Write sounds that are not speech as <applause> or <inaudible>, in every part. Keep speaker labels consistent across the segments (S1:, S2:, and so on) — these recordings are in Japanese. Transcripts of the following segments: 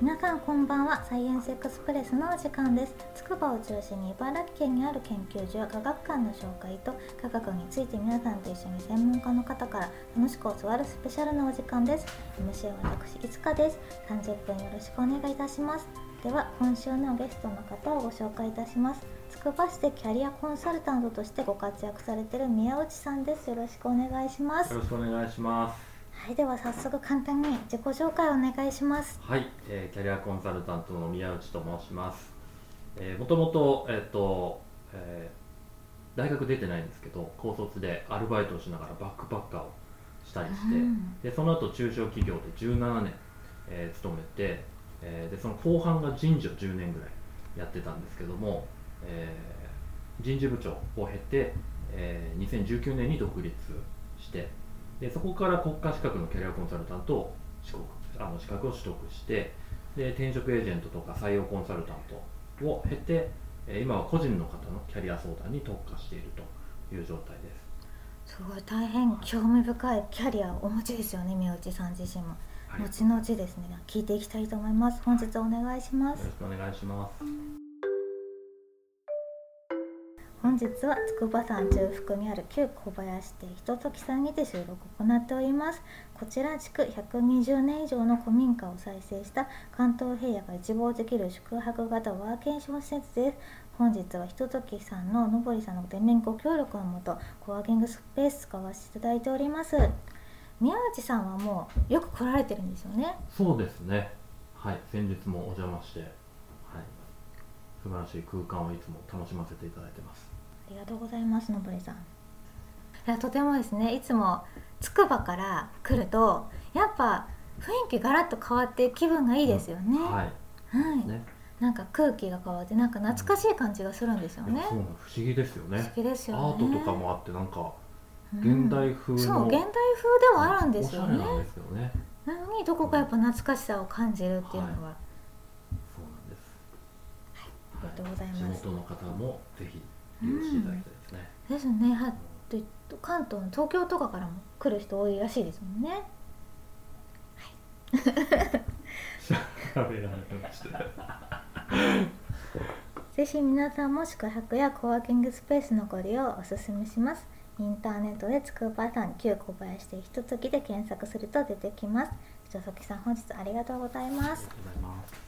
S1: 皆さんこんばんはサイエンスエクスプレスのお時間ですつくばを中心に茨城県にある研究所や科学館の紹介と科学について皆さんと一緒に専門家の方から楽しく教わるスペシャルなお時間です MC は私いつかです30分よろしくお願いいたしますでは今週のゲストの方をご紹介いたしますつくば市でキャリアコンサルタントとしてご活躍されている宮内さんですよろしくお願いします
S2: よろしくお願いします。
S1: はいでは早速簡単に自己紹介をお願いします
S2: はい、えーキャリアコンサルタントの宮内と申します。えー、もともと、えっ、と、えー大学出てないんですけど、高卒でアルバイトをしながらバックパッカーをしたりして、
S1: うん
S2: でその後中小企業で17年、えー勤めて、えーでその後半が人事を10年ぐらいやってたんですけども、えー人事部長を経て、えー2019年に独立してでそこから国家資格のキャリアコンサルタントを資格あの資格を取得してで転職エージェントとか採用コンサルタントを経てえー今は個人の方のキャリア相談に特化しているという状態です。
S1: すごい大変興味深いキャリアをお持ちですよね宮内さん自身も
S2: はいよ
S1: 後々ですね聞いていきたいと思います本日お願いしま
S2: ろ
S1: す
S2: しくお願いします。
S1: 本日は筑波山中腹にある旧小林亭ひとときさんにて収録を行っておりますこちら築120年以上の古民家を再生した関東平野が一望できる宿泊型ワーケーション施設です本日はひとときさんののぼりさんの全面ご協力のもとコワーキングスペース使わせていただいております宮内さんはもうよく来られてるんですよね
S2: そうですね。はい、先日もお邪魔して、はい、素晴らしい空間をいつも楽しませていただいてます。
S1: ありがとうございますのぼりさんいやとてもですねいつもつくばから来るとやっぱ雰囲気ガラッと変わって気分がいいですよね、はい
S2: はい、ね、
S1: なんか空気が変わってなんか懐かしい感じがするんですよ
S2: い
S1: ね
S2: やそうなの不思議ですよ
S1: 不
S2: ね
S1: 思議ですよね
S2: アートとかもあってなんか
S1: うん
S2: 現代風の、
S1: そう現代風ではあるんですよね
S2: おしゃれなんですよね。
S1: なのにどこかやっぱ懐かしさを感じるっていうのは、
S2: そうなんです。
S1: ありがとうございます
S2: 地元の方もぜひ利用していただきたいですね。
S1: ですねやっと関東の東京とかからも来る人多いらしいですもんね
S2: 喋られました。
S1: ぜひ皆さんも宿泊やコワーキングスペースのご利用をお勧めします。インターネットでつくばさん旧小林でひとときで検索すると出てきます。ひとときさん本日ありがとうござい
S2: あ
S1: ます
S2: りが。とうございます。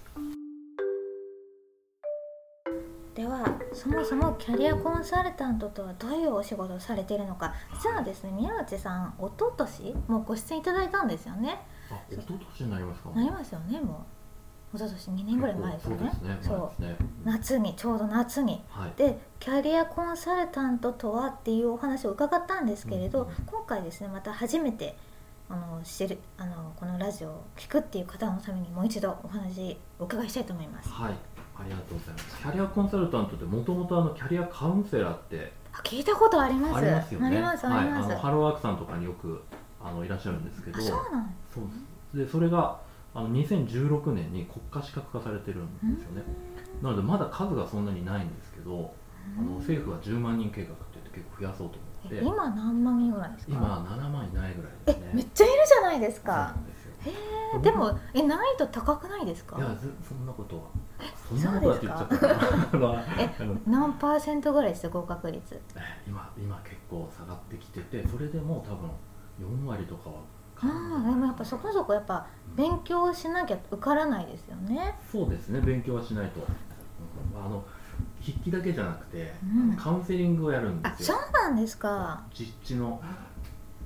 S1: ではそもそもキャリアコンサルタントとはどういうお仕事をされているのか実はですね宮内さん一昨年もうご出演いただいたんですよね
S2: あ、一昨年になりますか。
S1: なりますよねもう一昨年2年ぐらい前ですよね
S2: そうですね。
S1: そう
S2: 前ですね。
S1: 夏にちょうど夏に
S2: はい。
S1: でキャリアコンサルタントとはっていうお話を伺ったんですけれど、
S2: うん
S1: 今回ですねまた初めてあの知るあのこのラジオを聞くっていう方のためにもう一度お話お伺いしたいと思います
S2: はい、ありがとうございます。キャリアコンサルタントってもともとあのキャリアカウンセラーって
S1: あ聞いたことあります
S2: ありますよね。
S1: ありますあります、
S2: はい、あのハローワークさんとかによくあのいらっしゃるんですけど、
S1: あそうなん
S2: そうですでそれがあの2016年に国家資格化されてるんですよね。なのでまだ数がそんなにないんですけど、あの
S1: うん
S2: 政府は10万人計画って言って結構増やそうと思って
S1: え、今何万人ぐらいですか
S2: 今7万いないぐらい
S1: え
S2: ですね。
S1: めっちゃいるじゃないです
S2: そうな
S1: か
S2: んですよ。
S1: へえでもえ難易度高くないです
S2: いや
S1: か
S2: ずそんなことはそんなことはって言っちゃったか
S1: <laughs>
S2: な
S1: え
S2: あの
S1: 何パーセントぐらいですか合格率
S2: 今今結構下がってきててそれでもう多分4割とかは
S1: ああでもやっぱそこそこやっぱ勉強しなきゃ受からないですよね。
S2: そうですね勉強はしないと、うんあの筆記だけじゃなくて、
S1: うん
S2: カウンセリングをやるん
S1: あ
S2: で、す
S1: そ
S2: よ
S1: うなんですか。
S2: 実地の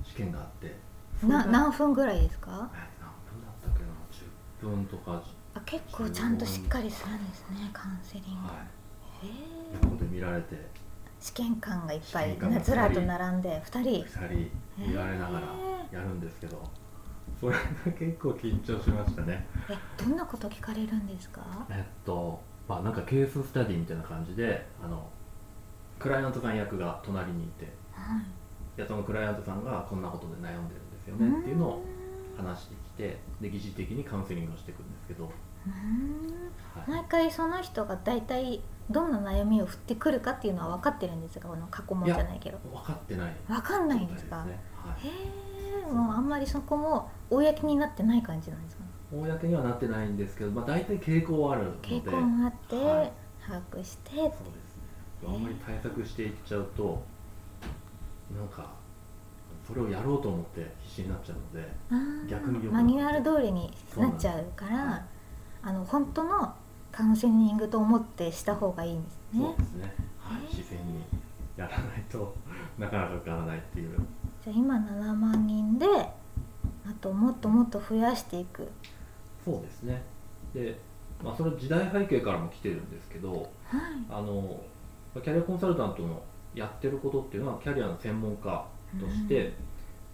S2: 試験があって
S1: な
S2: それが
S1: 何分ぐらいですか？
S2: え何分だったっけな10分とか、は
S1: あ結構ちゃんとしっかりするんですねカウンセリング。
S2: い、
S1: へえ。
S2: 横で見られて
S1: 試験官がいっぱい
S2: 試験官が二人
S1: ずらっと並んで二人。
S2: 鎖見られながらやるんですけどそれが結構緊張しましたね
S1: えどんなこと聞かれるんですか？
S2: えっとまあなんかケーススタディみたいな感じであのクライアントさん役が隣にいて
S1: はい
S2: やそのクライアントさんがこんなことで悩んでるんですよ
S1: う
S2: ね
S1: ん
S2: っていうのを話してきてで疑似的にカウンセリングをしていくんですけど、は
S1: うーん
S2: い
S1: 毎回その人が大体どんな悩みを振ってくるかっていうのは分かってるんですがこの過去問じゃないけど
S2: 分かってない
S1: 分かんないんです
S2: 状
S1: か
S2: 態ねはい
S1: へえもうあんまりそこも公になってない感じなんですかね
S2: 公にはなってないんですけど、まあ、大体傾向はあるので
S1: 傾向があって、
S2: はい
S1: 把握してって
S2: そうですねあんまり対策していっちゃうとなんかそれをやろうと思って必死になっちゃうので
S1: あー
S2: 逆に良くな
S1: マ
S2: る
S1: ニュアル通りになっちゃうから
S2: はい
S1: あの本当のカウンセリングと思ってした方がいいんです
S2: そう
S1: ね
S2: ですね、はい
S1: ね
S2: 自然にやらないと <laughs> なかなか変わらないっていう
S1: じゃあ今7万人であともっともっと増やしていく
S2: そうですねで、まあ、それ時代背景からも来てるんですけど
S1: はい
S2: あのキャリアコンサルタントのやってることっていうのはキャリアの専門家として、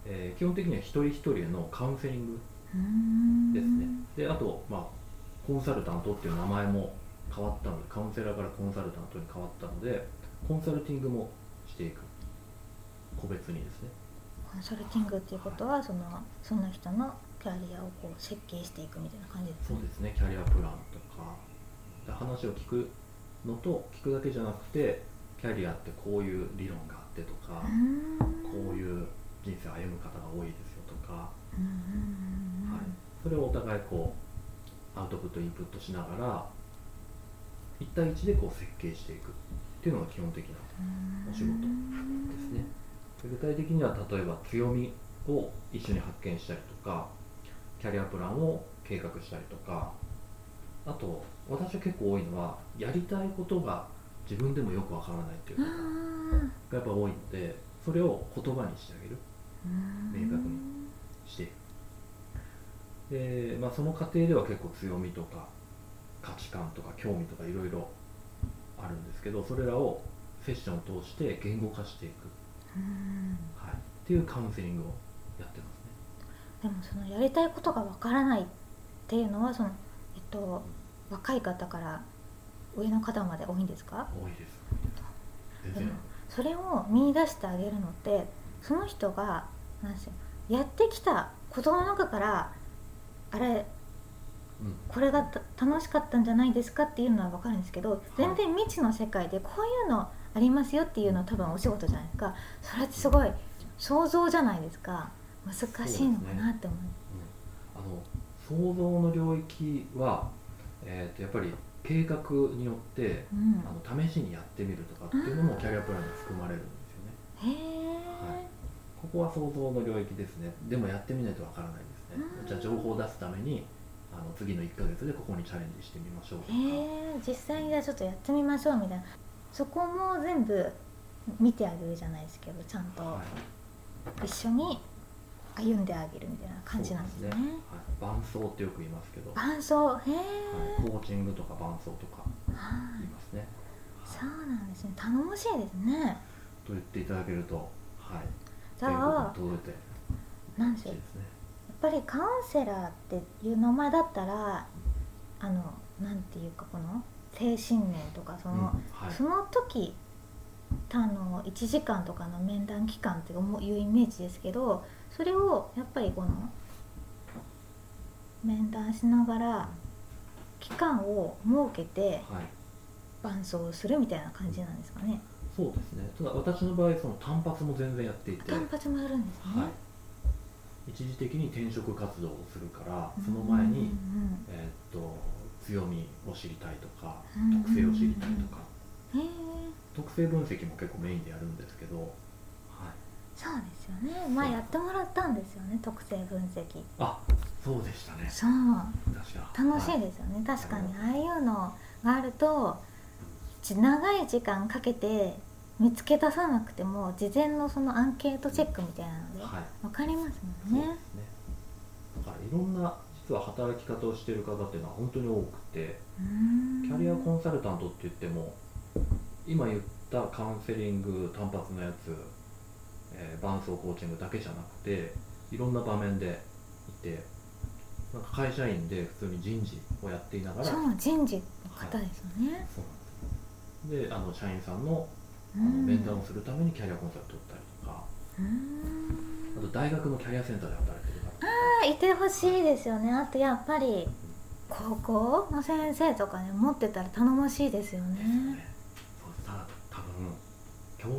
S2: えー基本的には一人一人へのカウンセリング
S1: うーん
S2: ですねであと、まあ、コンサルタントっていう名前も変わったのでカウンセラーからコンサルタントに変わったのでコンサルティングもしていく個別にですね
S1: コンサルティングっていうことはそのその人のキャリアをこう設計していくみたいな感じです
S2: そう
S1: ね
S2: ですねキャリアプランとかで話を聞くのと聞くだけじゃなくてキャリアってこういう理論があってとか
S1: うーん
S2: こういう人生を歩む方が多いですよとか、
S1: うんうんうんうん
S2: はい、それをお互いこうアウトプットインプットしながら1対1でこう設計していくっていうのが基本的なお仕事ですねで具体的には例えば強みを一緒に発見したりとかキャリアプランを計画したりとかあと私は結構多いのはやりたいことが自分でもよくわからないっていう
S1: あ
S2: 方
S1: ー
S2: がやっぱ多いのでそれを言葉にしてあげる
S1: うーん
S2: 明確にしていくで、まあ、その過程では結構強みとか価値観とか興味とかいろいろあるんですけどそれらをセッションを通して言語化していく
S1: うーん
S2: はい、っていうカウンセリングをやってますね。
S1: でもそのやりたいことがわからないっていうのはそのえっと若い方から上の方まで多いんですか
S2: 多いです。全然。
S1: それを見出してあげるのってその人がなんですよやってきたことの中からあれ
S2: うん、
S1: これがた楽しかったんじゃないですかっていうのは分かるんですけど全然未知の世界でこういうのありますよっていうのは多分お仕事じゃないですかそれってすごい想像じゃないですか難しいのかなって思う
S2: あの想像の領域は、えー、とやっぱり計画によって
S1: うん
S2: あの試しにやってみるとかっていうのもキャリアプランに含まれるんですよね。
S1: へえ、
S2: はいここは想像の領域ですね。でもやってみないとわからないですね
S1: う。ん
S2: じゃあ情報を出すためにあの次の1ヶ月でここにチャレンジしてみましょうとか。
S1: へえ実際にじゃあちょっとやってみましょうみたいなそこも全部見てあげるじゃないですけどちゃんと
S2: はい
S1: 一緒に歩んであげるみたいな感じなんですね
S2: そうはい、伴奏ってよく言いますけど、はい、
S1: 伴奏へえ、
S2: コーチングとか伴奏とか
S1: はい
S2: 言いますね。はい
S1: そうなんですね頼もしいですね
S2: と言っていただけると、はい、
S1: じゃあ
S2: 全国に届いて
S1: なんで
S2: 嬉
S1: しょう
S2: しい
S1: やっ
S2: ですね。
S1: ぱりカウンセラーっていう名前だったらあのなんていうかこの精神面とかそ
S2: うん、
S1: の、
S2: はい、
S1: その時あの1時間とかの面談期間って思ういうイメージですけどそれをやっぱりこの面談しながら期間を設けて
S2: はい、
S1: 伴奏するみたいな感じなんですかね
S2: そうですね。ただ私の場合、その単発も全然やっていて、は
S1: 単発もやるんですね、
S2: い、一時的に転職活動をするから、その前に、
S1: うん
S2: えーっと強みを知りたいとか、
S1: うん
S2: 特性を知りたいとか、
S1: うんうんへえ
S2: 特性分析も結構メインでやるんですけど、はい、
S1: そうですよね前やってもらったんですよね特性分析
S2: あ、そうでしたね。
S1: そう
S2: 確か。
S1: 楽し
S2: はいい
S1: ですよね、確かにああいうのがあるとち長い時間かけて見つけ出さなくても事前のそのアンケートチェックみたいなので
S2: はい。
S1: 分かります
S2: そ
S1: も
S2: うんです
S1: ね
S2: ね。だからいろんな実は働き方をしている方っていうのは本当に多くて、
S1: うーん
S2: キャリアコンサルタントって言っても今言ったカウンセリング単発のやつ、えー伴奏コーチングだけじゃなくていろんな場面でいてなんか会社員で普通に人事をやっていながら
S1: そう人事の方ですよね、
S2: そうなんですであの社員さんのあ
S1: う
S2: の
S1: ん
S2: 面談をするためにキャリアコンサル取ったりとか
S1: うーん
S2: あと大学のキャリアセンターで働いてる方とか
S1: あいてほしいですよねあとやっぱり高校の先生とかね持ってたら頼もしいですよ
S2: ですよ
S1: ね
S2: ね。そうただ多分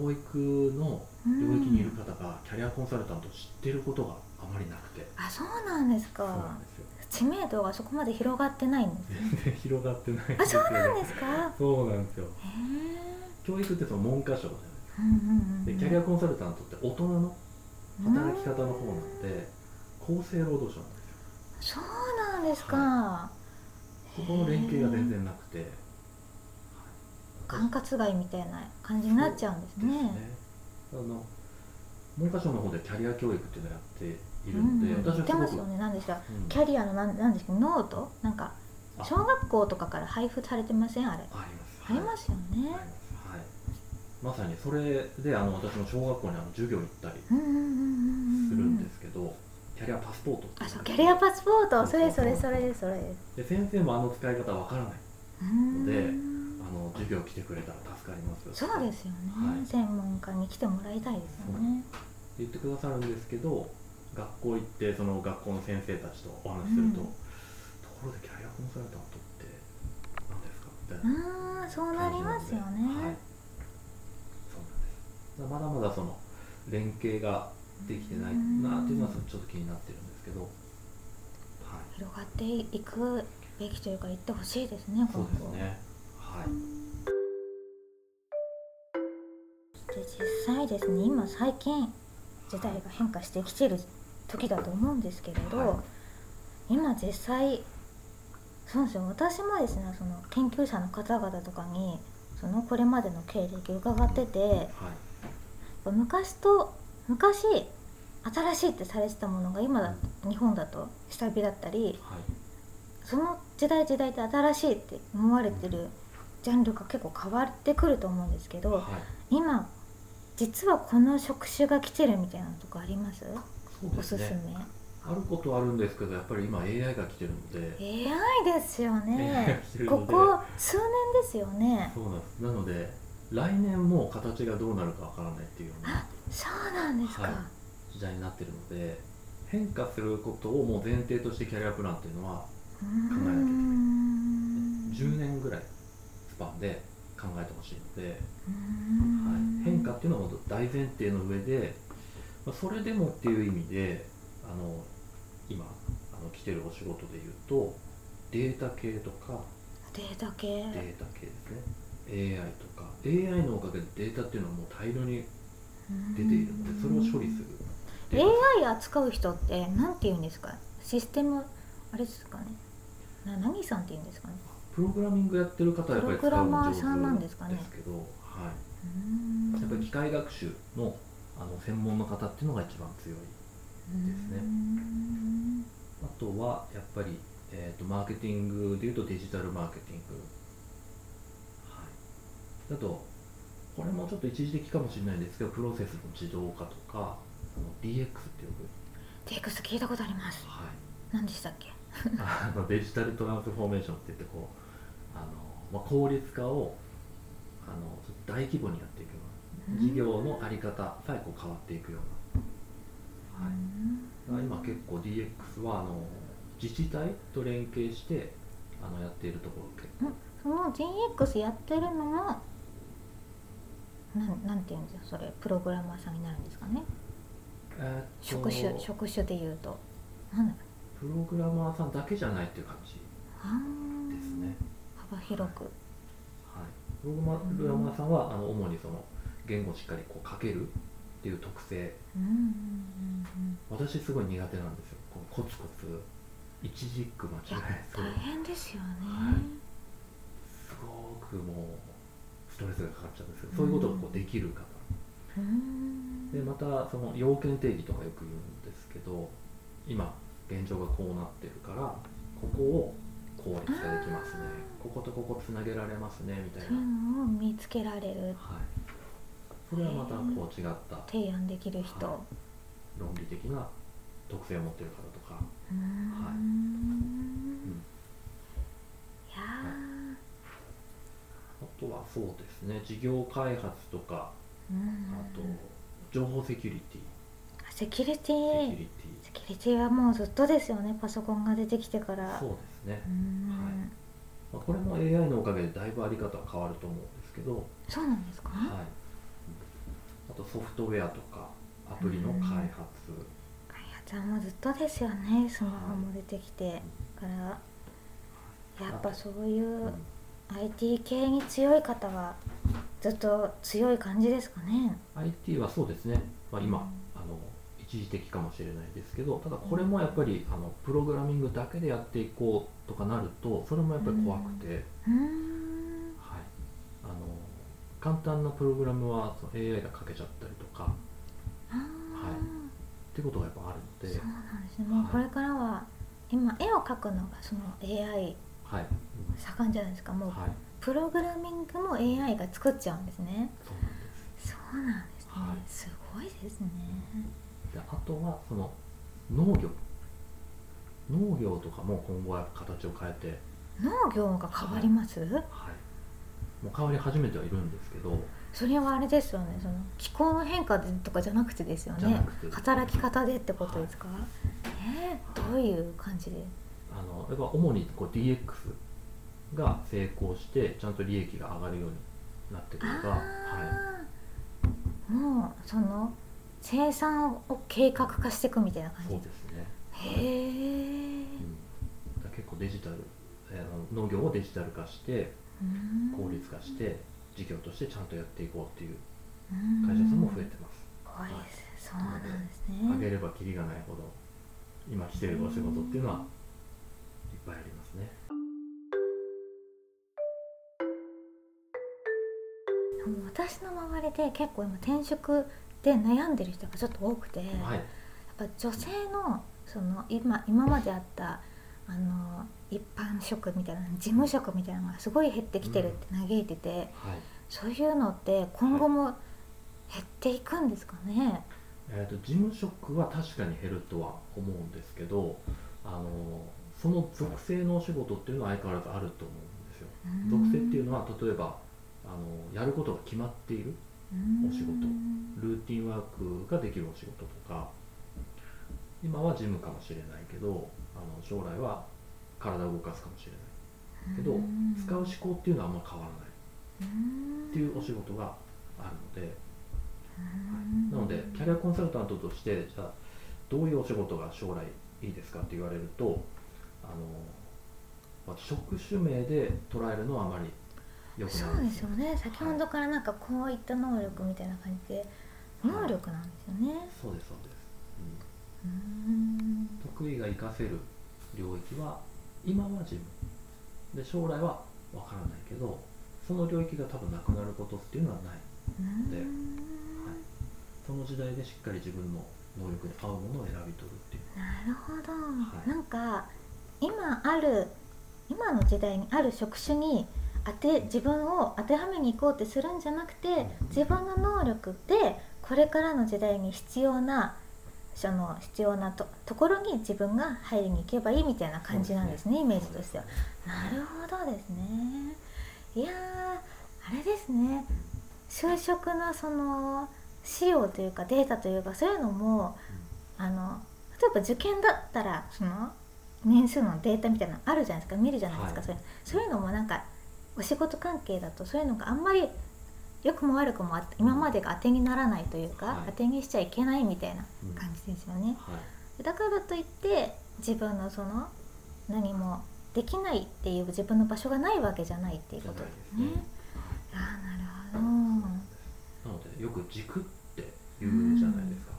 S2: 教育の領域にいる方がキャリアコンサルタントを知ってることがあまりなくて、
S1: あそうなんです
S2: そうな
S1: か
S2: んですよ。
S1: 知名度がそこまで広がってないんですね
S2: 全然広がってないん
S1: あ
S2: です
S1: そ
S2: よ
S1: うなん
S2: ね
S1: ですか
S2: そうなんですよ
S1: へえ
S2: 教育ってその文科省じゃない
S1: うんうんうん
S2: でキャリアコンサルタントって大人の働き方の方な
S1: うん
S2: ので厚生労働省なんです
S1: そ
S2: よ
S1: うなんですか、
S2: そこの連携が全然なくて、
S1: 管轄外みたいな感じになっちゃうんです
S2: です
S1: ね
S2: ね。あの文科省の方でキャリア教育っていうのをやっているので、
S1: うん、
S2: 私
S1: 言
S2: は
S1: ってま
S2: すごく、
S1: すよね何でした
S2: うん
S1: キャリアのなんなんですけどノートなんか
S2: あ
S1: 小学校とかから配布されてませんあれ
S2: あります
S1: あり
S2: はい
S1: ますよね、
S2: ありますはいまさにそれであの私も小学校にあの授業行ったりす
S1: うんうんうんうんうん
S2: るんですけど、キャリアパスポートっ
S1: あ
S2: ていの
S1: そ
S2: が
S1: うキャリアパスポート
S2: そ
S1: そう
S2: そう
S1: れそれそれですそれです
S2: で先生もあの使い方わからないうで
S1: ん
S2: あの授業来てくれたら助かりますよ
S1: そうですよね、
S2: はい
S1: 専門家に来てもらいたいですよね
S2: 言ってくださるんですけど学校行ってその学校の先生たちとお話しすると、
S1: うん
S2: ところでキャリアコンサルタントって何ですかみたいな
S1: うーんそうなりますよね、
S2: はい、そうなんですまだまだその連携ができてないなっていうのはちょっと気になってるんですけど、はい、
S1: 広がっていくべきというか言ってほしいですね
S2: そう
S1: 今
S2: です
S1: 後
S2: ねはい
S1: で実際ですね今最近時代が変化してきてる時だと思うんですけれど、
S2: は
S1: 今実際そうですよ私もですねその研究者の方々とかにそのこれまでの経歴伺っててやっ
S2: はい
S1: ぱ昔と昔新しいってされてたものが今だ日本だと下火だったり
S2: はい
S1: その時代時代で新しいって思われてるジャンルが結構変わってくると思うんですけど、
S2: はい
S1: 今実はこの職種が来てるみたいなとこあります
S2: そう
S1: お
S2: です
S1: すす
S2: ね
S1: め
S2: あることはあるんですけどやっぱり今 AI が来てるので
S1: AI ですよ
S2: AI が
S1: ね
S2: 来てる
S1: こ
S2: ので
S1: こ数年ですよね
S2: そうなんですなので来年もう形がどうなるかわからないっていうような
S1: そうなんですか、
S2: はい時代になってるので変化することをもう前提としてキャリアプランっていうのは
S1: うーん
S2: 10年ぐらいスパンで考えてほしいので、
S1: うーん
S2: はい、変化っていうのは大前提の上で、まあ、それでもっていう意味であの今あの来てるお仕事でいうとデータ系とか
S1: データ系
S2: データ系ですね AI とか AI のおかげでデータっていうのはもう大量に出ているのでそれを処理するデータ
S1: AI 扱う人ってなんて言うんですかシステムあれですかねな何さんって言うんですかね
S2: プログラミングやってる方はやっぱり使うの上手ですけど、は
S1: うーん
S2: い、やっぱり機械学習のあの専門の方っていうのが一番強いですね
S1: うーん
S2: あとはやっぱり、えー、とマーケティングでいうとデジタルマーケティング、はい、だとこれもちょっと一時的かもしれないんですけどプロセスの自動化とかあの DX って呼ぶ、
S1: DX 聞いたことあります
S2: はい、
S1: 何でしたっけ
S2: あのデジタルトランスフォーメーションって言ってこうあの、まあ、効率化をあの大規模にやっていくような事業の在り方さえこう変わっていくような、はい、
S1: は
S2: 今結構 DX はあの自治体と連携してあのやっているところ結構
S1: その GX やってるのもなんなんていうんですかそれプログラマーさんになるんですかね
S2: えーっ
S1: 職
S2: と
S1: 種職種で言うとなんだろう
S2: プログラマーさんだけじゃないっていう感じ
S1: あー
S2: ですね、
S1: 幅広く
S2: はい、プログラマーさんはあの主にその言語をしっかりこう書けるっていう特性
S1: うんうん
S2: 私すごい苦手なんですよこうコツコツ一字一句間違
S1: いや
S2: えそう
S1: 大変ですよね、
S2: すごくもうストレスがかかっちゃうんですけどそういうことがこうできる方
S1: うーん
S2: でまたその要件定義とかよく言うんですけど今現状がこうなってるからここを効率化できますね
S1: あー
S2: こことここつなげられますねみたい
S1: そうい
S2: な、
S1: う
S2: はい、
S1: のを見つけられる
S2: それはまたこう違った
S1: 提案できる人、
S2: は論理的な特性を持ってる方とか
S1: うーん
S2: はい
S1: うんいや
S2: あとはそうですね事業開発とか
S1: ーうん
S2: あと情報セキュリティ
S1: セキュリテ
S2: セキュ
S1: ィ
S2: リティ
S1: セキュリティはもうずっとですよねパソコンが出てきてから
S2: そう
S1: う
S2: ですね
S1: ー、ん、
S2: はいまあ、これも AI のおかげでだいぶあり方は変わると思うんですけど、
S1: そうなんですか、
S2: はい、あとソフトウェアとかアプリの開発、
S1: 開発じゃあもうずっとですよねスマホも出てきてからやっぱそういううん IT 系に強い方はずっと強い感じですかね
S2: IT はそうですね、まあ、今、
S1: うん
S2: あの一時的かもしれないですけどただこれもやっぱりあのプログラミングだけでやっていこうとかなるとそれもやっぱり怖くて、
S1: うーん
S2: はい、あの簡単なプログラムはその AI が書けちゃったりとか
S1: あー
S2: はいっていうことがやっぱあるので
S1: そう、なんですねもう
S2: はい
S1: これからは今絵を描くのがその AI
S2: はい
S1: 盛んじゃないですかもう
S2: はい、
S1: プログラミングも AI が作っちゃうんですね
S2: そうなんです
S1: そうなんですね、
S2: はい
S1: すごいですね
S2: であとはその農業農業とかも今後はやっぱ形を変えて、
S1: 農業が変わります、
S2: はい、もう変わり始めてはいるんですけど
S1: それはあれですよねその気候の変化でとかじゃなくてですよ
S2: じゃな
S1: ね
S2: くて
S1: 働き方でってことですか、えー、どういう感じで
S2: あのやっぱ主にこう DX が成功してちゃんと利益が上がるようになってくれば、
S1: あ
S2: は
S1: ーもうその生産を計画化していくみたいな感
S2: い、
S1: じ
S2: そうですね、
S1: へえ
S2: うん、だから結構デジタル、えー農業をデジタル化して効率化して事業としてちゃんとやっていこうっていう会社さんも増えてます、
S1: 多いですそうなんですね
S2: 上げればキリがないほど今来てるお仕事っていうのはいっぱいありますね
S1: 私の周りで結構今転職で悩んでる人がちょっと多くて、
S2: は
S1: や
S2: い
S1: っぱ女性のその今今まであったあの一般職みたいな事務職みたいなのがすごい減ってきてるって嘆いてて、
S2: はい
S1: そういうのって今後も減っていくんですかね、
S2: えー、と事務職は確かに減るとは思うんですけどあのその属性のお仕事っていうのは相変わらずあると思うんですよ
S1: うん
S2: 属性っていうのは例えばあのやることが決まっているお仕事
S1: うん
S2: ルーティンワークができるお仕事とか今は事務かもしれないけどあの将来は体を動かすかもしれないけど
S1: ん
S2: 使う思考っていうのはあんま変わらない
S1: うん
S2: っていうお仕事があるので
S1: うん
S2: なのでキャリアコンサルタントとしてじゃあどういうお仕事が将来いいですかって言われるとあの、まあ、職種名で捉えるのはあまり良く
S1: そ
S2: な
S1: う
S2: い
S1: ですよね先ほどからなんかこういった能力みたいな感じで能力なんですよね、
S2: そうですそうです、
S1: うーん
S2: うん、得意が活かせる領域は今は自分で将来は分からないけどその領域が多分なくなることっていうのはないではいその時代でしっかり自分の能力に合うものを選び取るっていう
S1: なるほど、
S2: い
S1: なんか今ある今の時代にある職種に当て自分を当てはめに行こうってするんじゃなくて自分の能力でこれからの時代に必要なその必要なとところに自分が入りに行けばいいみたいな感じなんですねイメージとしては。なるほどですねいやーあれですね就職のその資料というかデータというかそういうのもあの例えば受験だったらその年数のデータみたいなのあるじゃないですか見るじゃないですか、
S2: はい
S1: それそういうのもなんかお仕事関係だとそういうのがあんまり良くも悪くもあ今までが当てにならないというか、
S2: はい
S1: 当てにしちゃいけないみたいな
S2: うん
S1: 感じですよね。
S2: はい
S1: だからといって自分のその何もできないっていう自分の場所がないわけじゃないっていうことですね。ああなるほ
S2: なのでよく軸って言うじゃないですか、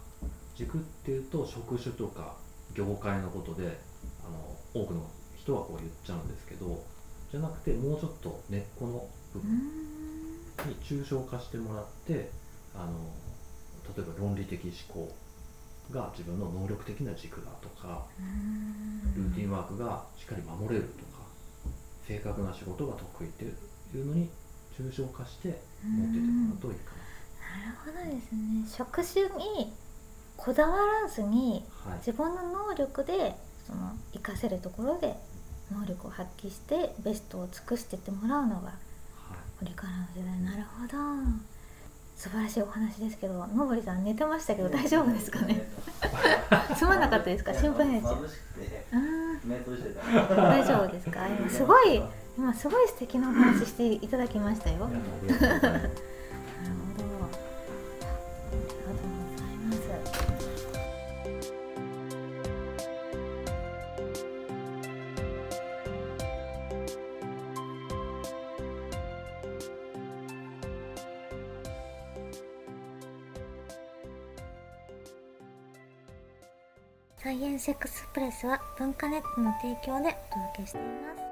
S2: 軸っていうと職種とか業界のことであの多くの人はこう言っちゃうんですけどじゃなくてもうちょっと根っこの部
S1: ど。うーん
S2: 分に抽象化してもらってあの例えば論理的思考が自分の能力的な軸だとか
S1: うーん
S2: ルーティンワークがしっかり守れるとか正確な仕事が得意っていうのに抽象化して持っててもらうといいか
S1: なるほどですね職種にこだわらずに
S2: な。はい
S1: 自分の能力でその活かせるところで能力を発揮してベストを尽くしてってもらうのが
S2: はい
S1: これからの時代なるほど素晴らしいお話ですけどのぼりさん寝てましたけど大丈夫ですか <laughs> ねすまなかったですか心配ないですよ
S3: 眩しくて
S1: あー
S3: 目閉じてた
S1: 大丈夫ですか今すごい今すごい素敵なお話していただきましたよ
S2: いやありがとうございます
S1: なるほど。ありがとうございます。サイエンスエクスプレスは文化ネットの提供でお届けしています